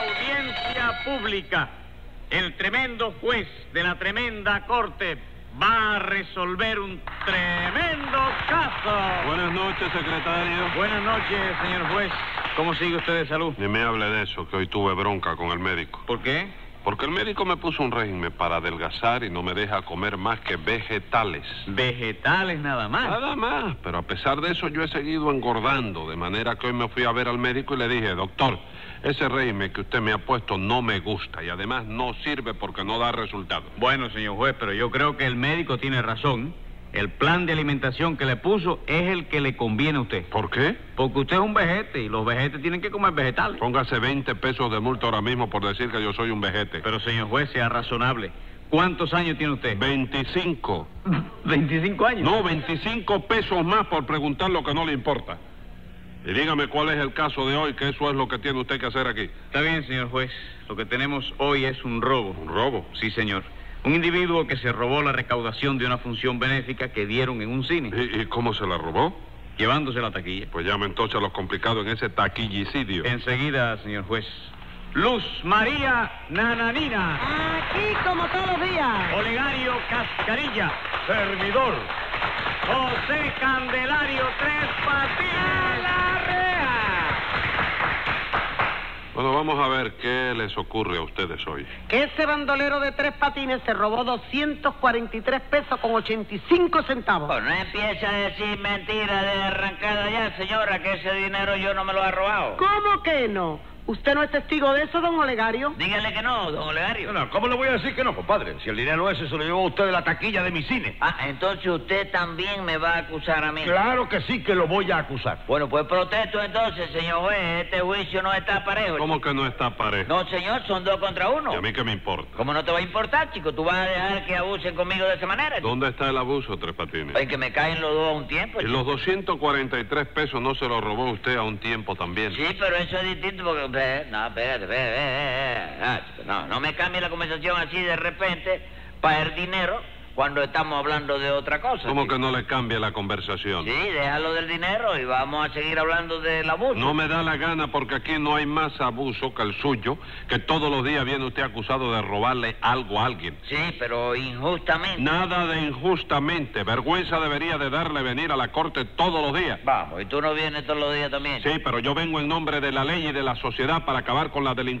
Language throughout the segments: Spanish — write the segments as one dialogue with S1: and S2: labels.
S1: Audiencia pública. El tremendo juez de la tremenda corte va a resolver un tremendo caso.
S2: Buenas noches, secretario.
S1: Buenas noches, señor juez. ¿Cómo sigue usted de salud?
S2: Ni me hable de eso, que hoy tuve bronca con el médico.
S1: ¿Por qué?
S2: Porque el médico me puso un régimen para adelgazar y no me deja comer más que vegetales.
S1: Vegetales nada más.
S2: Nada más, pero a pesar de eso yo he seguido engordando, de manera que hoy me fui a ver al médico y le dije, doctor, ese régimen que usted me ha puesto no me gusta y además no sirve porque no da resultados.
S1: Bueno, señor juez, pero yo creo que el médico tiene razón. El plan de alimentación que le puso es el que le conviene a usted.
S2: ¿Por qué?
S1: Porque usted es un vejete y los vejetes tienen que comer vegetales.
S2: Póngase 20 pesos de multa ahora mismo por decir que yo soy un vejete.
S1: Pero, señor juez, sea razonable. ¿Cuántos años tiene usted?
S2: 25.
S1: 25 años.
S2: No, 25 pesos más por preguntar lo que no le importa. Y dígame cuál es el caso de hoy, que eso es lo que tiene usted que hacer aquí.
S1: Está bien, señor juez. Lo que tenemos hoy es un robo.
S2: ¿Un robo?
S1: Sí, señor. Un individuo que se robó la recaudación de una función benéfica que dieron en un cine,
S2: ¿Y, y cómo se la robó?
S1: llevándose la taquilla.
S2: Pues llame entonces a los complicados en ese taquillicidio.
S1: Enseguida, señor juez. Luz María Nananina.
S3: Aquí como todos los días.
S1: Olegario Cascarilla. Servidor. José Candelario Tres Patines. La Rea.
S2: Bueno, vamos a ver qué les ocurre a ustedes hoy.
S3: Ese Este bandolero de tres patines se robó 243 pesos con 85 centavos.
S4: Pues no empieza a decir mentiras de arrancada ya, señora, que ese dinero yo no me lo he robado.
S3: ¿Cómo que no? ¿Usted no es testigo de eso, don Olegario?
S4: Dígale que no, don Olegario.
S5: No, ¿Cómo le voy a decir que no, compadre? Si el dinero ese se lo llevó usted de la taquilla de mi cine.
S4: Ah, entonces usted también me va a acusar a mí.
S5: Claro que sí que lo voy a acusar.
S4: Bueno, pues protesto entonces, señor juez. Este juicio no está parejo.
S2: ¿Cómo que no está parejo?
S4: No, señor, son dos contra uno.
S2: ¿Y a mí qué me importa?
S4: ¿Cómo no te va a importar, chico? ¿Tú vas a dejar que abusen conmigo de esa manera? chico?
S2: ¿Dónde está el abuso, Tres Patines?
S4: Ay, que me caen los dos a un tiempo.
S2: Y
S4: chico.
S2: los 243 pesos no se los robó usted a un tiempo también.
S4: Sí, pero eso es distinto porque... ve, No, espérate, ve, ve, ve, ve. Ah, chico, No, no me cambie la conversación así de repente para el dinero cuando estamos hablando de otra cosa.
S2: ¿Cómo
S4: chico.
S2: que no le cambia la conversación?
S4: Sí, déjalo del dinero y vamos a seguir hablando del abuso.
S2: No me da la gana porque aquí no hay más abuso que el suyo, que todos los días viene usted acusado de robarle algo a alguien.
S4: Sí, pero injustamente.
S2: Nada de injustamente. Vergüenza debería de darle venir a la corte todos los días.
S4: Vamos, y tú no vienes todos los días también.
S2: Sí, pero yo vengo en nombre de la ley y de la sociedad para acabar con la delincuencia.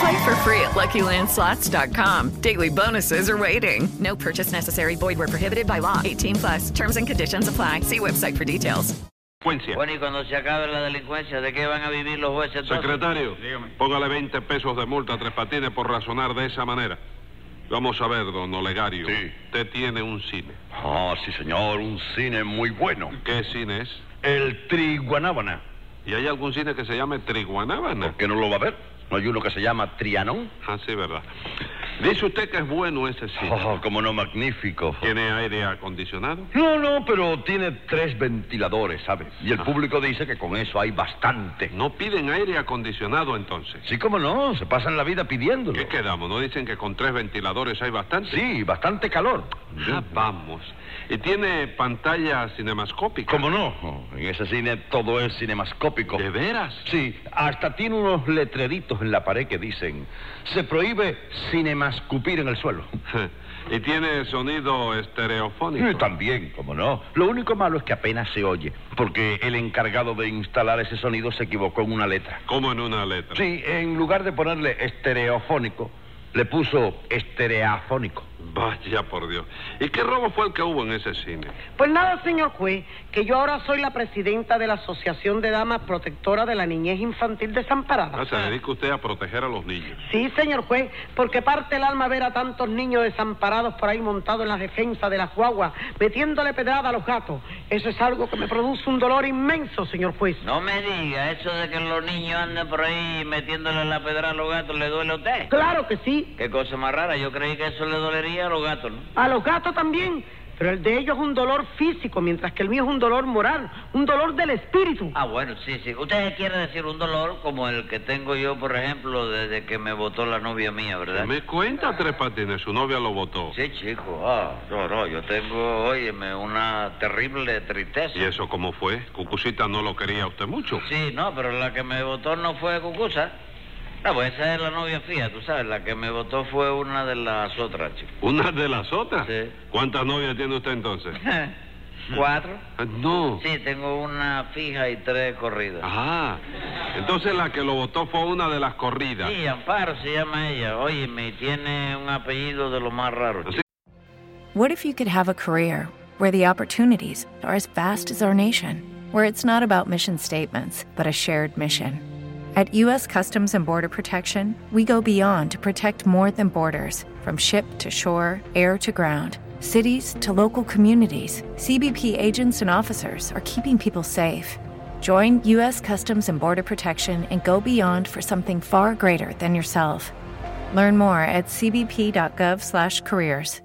S6: Play for free at LuckyLandSlots.com. Daily bonuses are waiting.
S7: No purchase necessary. Void where prohibited by law. 18 plus. Terms and conditions apply. See website for details.
S4: Bueno, y cuando se acabe la delincuencia, ¿de qué van a vivir los jueces? entonces?
S2: Secretario, póngale 20 pesos de multa a Tres Patines por razonar de esa manera. Vamos a ver, don Olegario. Usted tiene un cine.
S5: Ah, sí, señor, un cine muy bueno.
S2: ¿Qué cine es?
S5: El Triguanábana.
S2: ¿Y hay algún cine que se llame Triguanábana?
S5: ¿Que no lo va a ver? ¿No hay uno que se llama Trianón?
S2: Ah, sí, verdad. Dice usted que es bueno ese cine.
S5: Oh, como no, magnífico.
S2: ¿Tiene aire acondicionado?
S5: Eh, No, no, pero tiene tres ventiladores, ¿sabes? Ah. Y el público dice que con eso hay bastante.
S2: No piden aire acondicionado entonces.
S5: Sí, cómo no, se pasan la vida pidiéndolo.
S2: ¿Qué quedamos? ¿No dicen que con tres ventiladores hay bastante?
S5: Sí, bastante calor.
S2: Ya vamos. ¿Y tiene pantalla cinemascópica?
S5: ¿Cómo no? Oh, En ese cine todo es cinemascópico.
S2: ¿De veras?
S5: Sí, hasta tiene unos letreritos en la pared que dicen: se prohíbe cinemascupir en el suelo.
S2: ¿Y tiene sonido estereofónico?
S5: Y también, como no. Lo único malo es que apenas se oye, porque el encargado de instalar ese sonido se equivocó en una letra.
S2: Como en una letra.
S5: Sí, en lugar de ponerle estereofónico, le puso estereafónico.
S2: Vaya por Dios. ¿Y qué robo fue el que hubo en ese cine?
S3: Pues nada, señor juez, que yo ahora soy la presidenta de la Asociación de Damas Protectora de la Niñez Infantil Desamparada.
S2: Ah, se dedica usted a proteger a los niños.
S3: Sí, señor juez, porque parte el alma ver a tantos niños desamparados por ahí montados en las defensas de las guaguas, metiéndole pedrada a los gatos. Eso es algo que me produce un dolor inmenso, señor juez.
S4: No me diga, eso de que los niños andan por ahí metiéndole la pedra a los gatos, ¿le duele a usted?
S3: Claro que sí,
S4: Qué cosa más rara, yo creí que eso le dolería a los gatos, ¿no?
S3: a los gatos también. Pero el de ellos es un dolor físico, mientras que el mío es un dolor moral, un dolor del espíritu.
S4: Ah, bueno, sí, sí. Usted quiere decir un dolor como el que tengo yo, por ejemplo, desde que me votó la novia mía, ¿verdad?
S2: Me cuenta Tres Patines, su novia lo votó.
S4: Sí, chico. Ah, no, no, yo tengo, óyeme, una terrible tristeza.
S2: ¿Y eso cómo fue? Cucucita no lo quería usted mucho.
S4: Sí, no, pero la que me votó no fue Cucusa. No, pues esa es la novia fía, tú sabes. La que me votó fue una de las otras, chico.
S2: ¿Una de las otras?
S4: Sí.
S2: ¿Cuántas novias tiene usted entonces?
S4: ¿Cuatro?
S2: Ah, No.
S4: Sí, tengo una fija y tres corridas.
S2: Ah, entonces la que lo votó fue una de las corridas.
S4: Sí, Amparo se llama ella. Óyeme, y tiene un apellido de lo más raro.
S2: ¿Ah,
S4: chico.
S8: What if you could have a career where the opportunities are as vast as our nation, where it's not about mission statements, but a shared mission? At U.S. Customs and Border Protection, we go beyond to protect more than borders from ship to shore, air to ground. Cities to local communities, CBP agents and officers are keeping people safe. Join U.S. Customs and Border Protection and go beyond for something far greater than yourself. Learn more at cbp.gov/careers.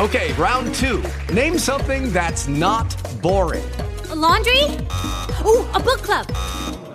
S9: Okay, round two. Name something that's not boring.
S10: A laundry? Ooh, a book club.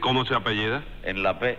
S2: ¿Cómo se apellida?
S4: En la P.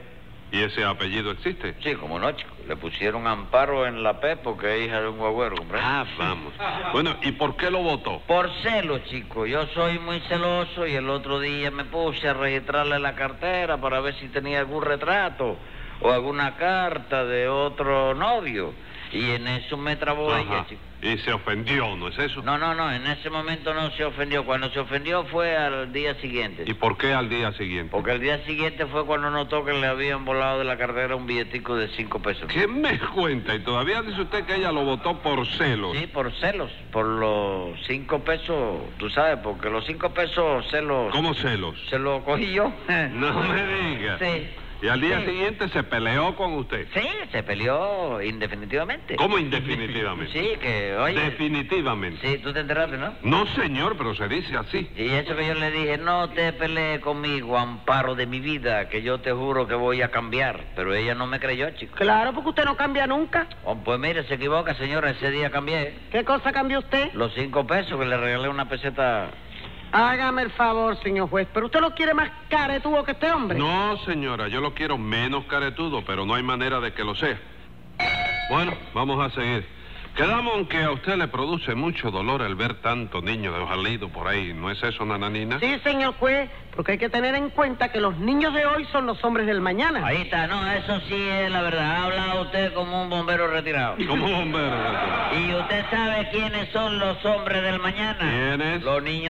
S2: ¿Y ese apellido existe?
S4: Sí, como no, chico. Le pusieron amparo en la P porque es hija de un guagüero, hombre.
S2: Ah, vamos. Bueno, ¿y por qué lo votó?
S4: Por celo, chico. Yo soy muy celoso y el otro día me puse a registrarle la cartera para ver si tenía algún retrato o alguna carta de otro novio. Y en eso me trabó ella,
S2: Ajá.
S4: chico.
S2: Y se ofendió, ¿no es eso?
S4: No, no, no, en ese momento no se ofendió. Cuando se ofendió fue al día siguiente.
S2: ¿Y por qué al día siguiente?
S4: Porque el día siguiente fue cuando notó que le habían volado de la cartera un billetico de cinco pesos.
S2: ¿Qué me cuenta? Y todavía dice usted que ella lo votó por celos.
S4: Sí, por celos, por los cinco pesos, tú sabes, porque los cinco pesos se los...
S2: ¿Cómo celos?
S4: Se los cogí yo.
S2: No me diga.
S4: Sí.
S2: Y al día
S4: Sí.
S2: siguiente se peleó con usted.
S4: Sí, se peleó indefinitivamente.
S2: ¿Cómo indefinitivamente?
S4: Sí, que, oye...
S2: Definitivamente.
S4: Sí, tú te enteraste, ¿no?
S2: No, señor, pero se dice así.
S4: Y eso que yo le dije, no te pelees conmigo, amparo de mi vida, que yo te juro que voy a cambiar. Pero ella no me creyó, chico.
S3: Claro, porque usted no cambia nunca.
S4: Oh, pues mire, se equivoca, señora, ese día cambié.
S3: ¿Qué cosa cambió usted?
S4: Los cinco pesos que le regalé una peseta.
S3: Hágame el favor, señor juez, pero usted lo quiere más caretudo que este hombre.
S2: No, señora, yo lo quiero menos caretudo, pero no hay manera de que lo sea. Bueno, vamos a seguir. Quedamos en que a usted le produce mucho dolor el ver tanto niño desvalido por ahí, ¿no es eso, nananina?
S3: Sí, señor juez, porque hay que tener en cuenta que los niños de hoy son los hombres del mañana.
S4: Ahí está, no, eso sí es la verdad. Habla usted como un bombero retirado.
S2: Como bombero.
S4: Y usted sabe quiénes son los hombres del mañana.
S2: ¿Quiénes?
S4: Los niños.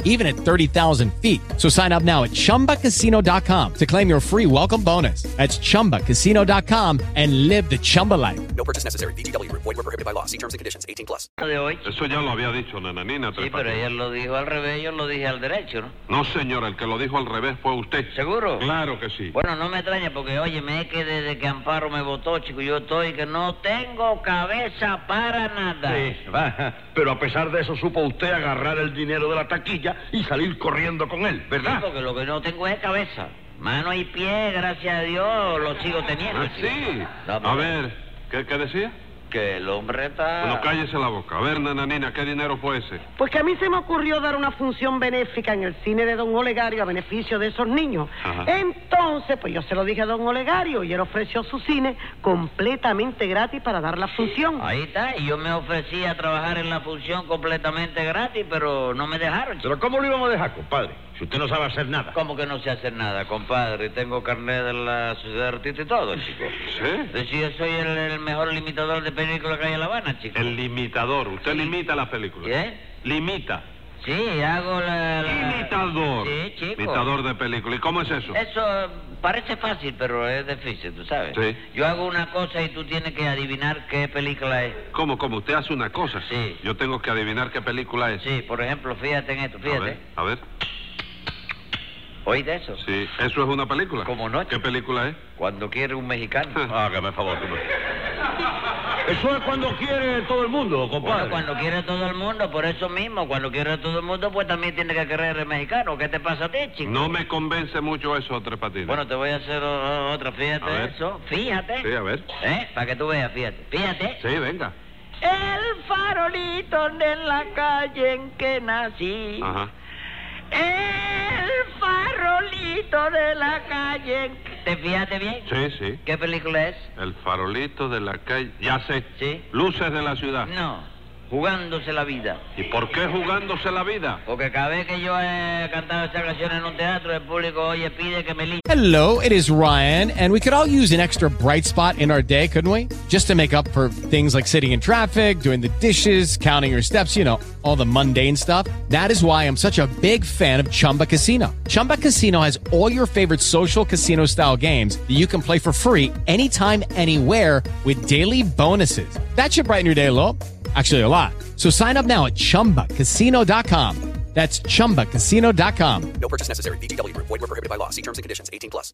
S11: even at 30,000 feet. So sign up now at chumbacasino.com to claim your free welcome bonus. That's chumbacasino.com and live the Chumba life.
S12: No purchase necessary. VGW Group. Void were prohibited by law. See terms and conditions. 18 plus.
S4: de hoy.
S2: Eso ya lo había dicho nananina. Tres
S4: Sí, pero
S2: Patines.
S4: ella lo dijo al revés, yo lo dije al derecho, ¿no?
S2: No, señora, el que lo dijo al revés fue usted.
S4: ¿Seguro?
S2: Claro que sí.
S4: Bueno, no me extraña porque, oye, me es que desde que Amparo me votó, chico, yo estoy que no tengo cabeza para nada.
S5: va. Pero a pesar de eso supo usted agarrar el dinero de la taquilla y salir corriendo con él,
S4: Sí,
S5: ¿verdad?
S4: porque lo que no tengo es cabeza. Mano y pie, gracias a Dios, lo sigo teniendo.
S2: Ah,
S4: chico.
S2: sí.
S4: No,
S2: A ver, ¿qué, qué decía?
S4: Que el hombre está...
S2: Bueno, cállese la boca. A ver, nananina, ¿qué dinero fue ese?
S3: Pues que a mí se me ocurrió dar una función benéfica en el cine de don Olegario a beneficio de esos niños.
S2: Ajá.
S3: Entonces, pues yo se lo dije a don Olegario y él ofreció su cine completamente gratis para dar la función.
S4: Ahí está, y yo me ofrecí a trabajar en la función completamente gratis, pero no me dejaron. chico.
S5: Pero ¿cómo lo íbamos a dejar, compadre? Si usted no sabe hacer nada.
S4: ¿Cómo que no sé hacer nada, compadre? Tengo carnet de la sociedad artista y todo, chico.
S2: ¿Sí?
S4: Sí, yo soy el, el mejor limitador de películas que hay en La Habana, chico. ¿Eh?
S2: El limitador. Usted limita las películas.
S4: ¿Qué?
S2: Limita.
S4: Sí, hago la... la-
S2: Imitador.
S4: Sí, chico.
S2: Imitador de película. ¿Y cómo es eso?
S4: Eso eh, parece fácil, pero es difícil, tú sabes.
S2: Sí.
S4: Yo hago una cosa y tú tienes que adivinar qué película es.
S2: ¿Cómo, cómo? Usted hace una cosa.
S4: Sí.
S2: Yo tengo que adivinar qué película es.
S4: Sí, por ejemplo, fíjate en esto,
S2: A
S4: fíjate.
S2: ver, a ver.
S4: ¿Oíste eso?
S2: Sí. ¿Eso es una película?
S4: ¿Cómo no?
S2: ¿Qué película es?
S4: Cuando quiere un mexicano.
S2: Hágame favor. hombre.
S13: Eso es cuando quiere todo el mundo, compadre.
S4: Bueno, cuando quiere todo el mundo, por eso mismo, cuando quiere todo el mundo, pues también tiene que querer el mexicano. ¿Qué te pasa a ti, chico?
S2: No me convence mucho eso, Tres Patines.
S4: Bueno, te voy a hacer o- otra, fíjate
S2: A ver.
S4: eso. Fíjate.
S2: Sí, a ver.
S4: ¿Eh? Para que tú veas, fíjate. Fíjate.
S2: Sí, venga.
S4: El farolito de la calle en que nací.
S2: Ajá.
S4: El farolito de la calle. en que- ¿Te fíjate bien?
S2: Sí, sí.
S4: ¿Qué película es?
S2: El farolito de la calle. Ya sé.
S4: Sí.
S2: Luces de la ciudad.
S4: No. Jugándose la vida.
S2: ¿Y por qué jugándose la vida?
S4: Porque cada vez que yo he cantado esa canción en un teatro, el público, oye, pide que me limpie.
S3: Hello, it is Ryan, and we could all use an extra bright spot in our day, couldn't we? Just to make up for things like sitting in traffic, doing the dishes, counting your steps, you know, all the mundane stuff. That is why I'm such a big fan of Chumba Casino. Chumba Casino has all your favorite social casino style games that you can play for free anytime, anywhere with daily bonuses. That should brighten your day a little. Actually, a lot. So sign up now at chumbacasino.com. That's chumbacasino.com.
S14: No purchase necessary. VGW Group. Void were prohibited by law. See terms and conditions. 18 plus.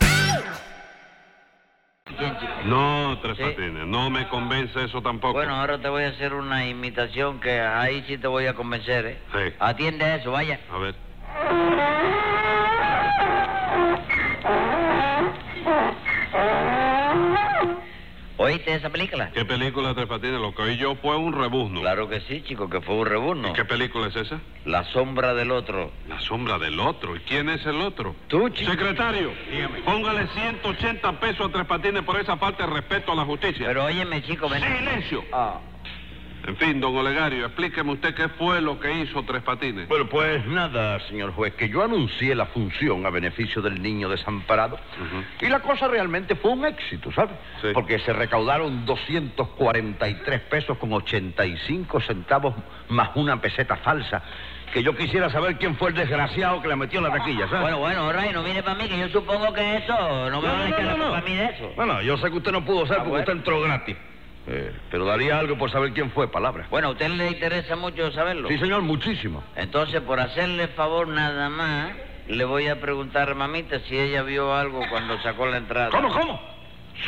S2: Ah. No, Tres Patines. No me convence eso tampoco.
S4: Bueno, ahora te voy a hacer una imitación que ahí sí te voy a convencer, ¿eh?
S2: Sí.
S4: Atiende eso, vaya.
S2: A ver.
S4: ¿Oíste esa película?
S2: ¿Qué película, Tres Patines? Lo que oí yo fue un rebuzno.
S4: Claro que sí, chico, que fue un rebuzno.
S2: ¿Qué película es esa?
S4: La sombra del otro.
S2: La sombra del otro. ¿Y quién es el otro?
S4: Tú, chico.
S2: Secretario, póngale 180 pesos a Tres Patines por esa falta de respeto a la justicia.
S4: Pero óyeme, chico, ven.
S2: ¡Silencio! En fin, don Olegario, explíqueme usted qué fue lo que hizo Tres Patines.
S15: Bueno, pues nada, señor juez, que yo anuncié la función a beneficio del niño desamparado. Y la cosa realmente fue un éxito, ¿sabe? Porque se recaudaron 243 pesos con 85 centavos más una peseta falsa. Que yo quisiera saber quién fue el desgraciado que la metió en la taquilla, ¿sabe?
S4: Bueno, bueno, Ray, no mire para mí, que yo supongo que eso... No me van a echar la culpa a mí de eso.
S15: Bueno, yo sé que usted no
S4: Ah,
S15: pudo ser porque usted entró gratis. Eh, pero daría algo por saber quién fue, palabra.
S4: Bueno, ¿a usted le interesa mucho saberlo?
S15: Sí, señor, muchísimo.
S4: Entonces, por hacerle favor nada más, le voy a preguntar a mamita si ella vio algo cuando sacó la entrada.
S15: ¿Cómo, cómo?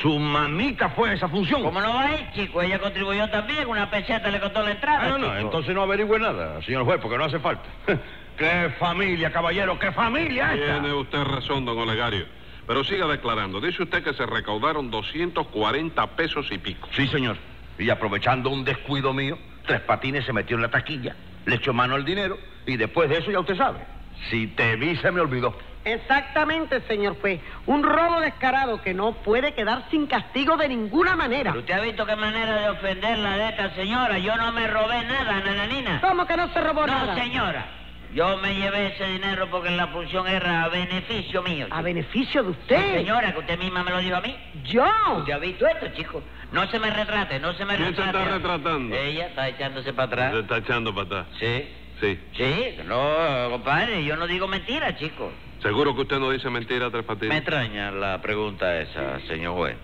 S15: Su mamita fue a esa función.
S4: ¿Cómo no va a ir, chico? Ella contribuyó también, una peseta le costó la entrada.
S15: Ah, no, no,
S4: chico.
S15: entonces no averigüe nada, señor juez, porque no hace falta. ¡Qué familia, caballero! ¡Qué familia esta!
S4: eh.
S2: Tiene usted razón, don Olegario. Pero siga declarando. Dice usted que se recaudaron 240 pesos y pico.
S15: Sí, señor. Y aprovechando un descuido mío, Tres Patines se metió en la taquilla, le echó mano al dinero y después de eso ya usted sabe. Si te vi, se me olvidó.
S16: Exactamente, señor juez. Un robo descarado que no puede quedar sin castigo de ninguna manera.
S4: Pero usted ha visto qué manera de ofenderla de esta señora. Yo no me robé nada, nananina.
S16: ¿Cómo que no se robó
S4: No,
S16: nada?
S4: señora. Yo me llevé ese dinero porque la función era a beneficio mío.
S16: A
S4: chico.
S16: beneficio de
S4: Sí,
S16: usted.
S4: señora, que usted misma me lo dijo a mí.
S16: Yo.
S4: ¿Usted ha visto esto, chico? No se me retrate, no se me
S2: ¿Quién se
S4: retrate.
S2: está retratando?
S4: Ella está echándose para
S2: Se
S4: atrás.
S2: está echando para atrás.
S4: Sí.
S2: Sí.
S4: Sí, no, compadre, yo no digo mentira, chico.
S2: Seguro que usted no dice mentira, Tres
S4: Me
S2: Patines.
S4: extraña la pregunta esa, señor juez.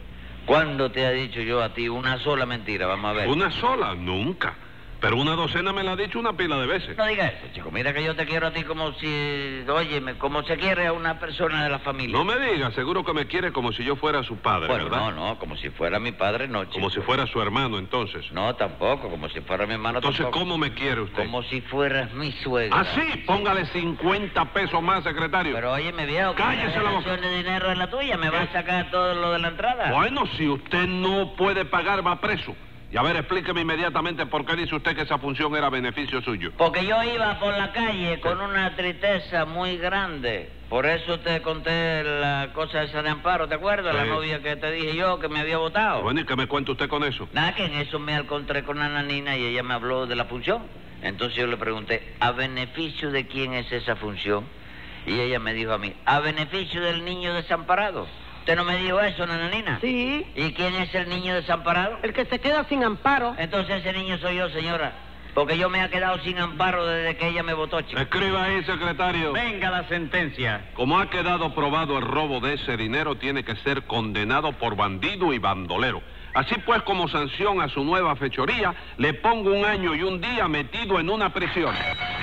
S4: ¿Cuándo te ha dicho yo a ti una sola mentira? Vamos a ver.
S2: Una sola, nunca. Pero una docena me la ha dicho una pila de veces.
S4: No diga eso, chico. Mira que yo te quiero a ti como si... Óyeme, como se quiere a una persona de la familia.
S2: No me diga, seguro que me quiere como si yo fuera su padre,
S4: Bueno,
S2: ¿verdad?
S4: no, no, como si fuera mi padre, no, chico.
S2: Como si fuera su hermano, entonces.
S4: No, tampoco, como si fuera mi hermano,
S2: Entonces,
S4: tampoco.
S2: ¿cómo me quiere usted?
S4: Como si fueras mi suegra.
S2: Ah, sí, póngale 50 pesos más, secretario.
S4: Pero óyeme, viejo... que
S2: Cállese
S4: la
S2: la boca.
S4: relación de dinero es la tuya. ¿Me vas a sacar todo lo de la entrada?
S2: Bueno, si usted no puede pagar, va preso. Y a ver, explíqueme inmediatamente por qué dice usted que esa función era beneficio suyo.
S4: Porque yo iba por la calle con una tristeza muy grande. Por eso te conté la cosa esa de Amparo, ¿te acuerdas? La
S2: Sí.
S4: novia que te dije yo que me había votado.
S2: Bueno, ¿y qué me cuenta usted con eso?
S4: Nada, que en eso me encontré con Ana Nina y ella me habló de la función. Entonces yo le pregunté, ¿a beneficio de quién es esa función? Y ella me dijo a mí, ¿a beneficio del niño desamparado? ¿Usted no me dijo eso, nananina?
S3: Sí.
S4: ¿Y quién es el niño desamparado?
S3: El que se queda sin amparo.
S4: Entonces ese niño soy yo, señora. Porque yo me he quedado sin amparo desde que ella me votó, chico.
S2: Escriba ahí, secretario.
S17: Venga la sentencia.
S2: Como ha quedado probado el robo de ese dinero, tiene que ser condenado por bandido y bandolero. Así pues, como sanción a su nueva fechoría, le pongo un año y un día metido en una prisión.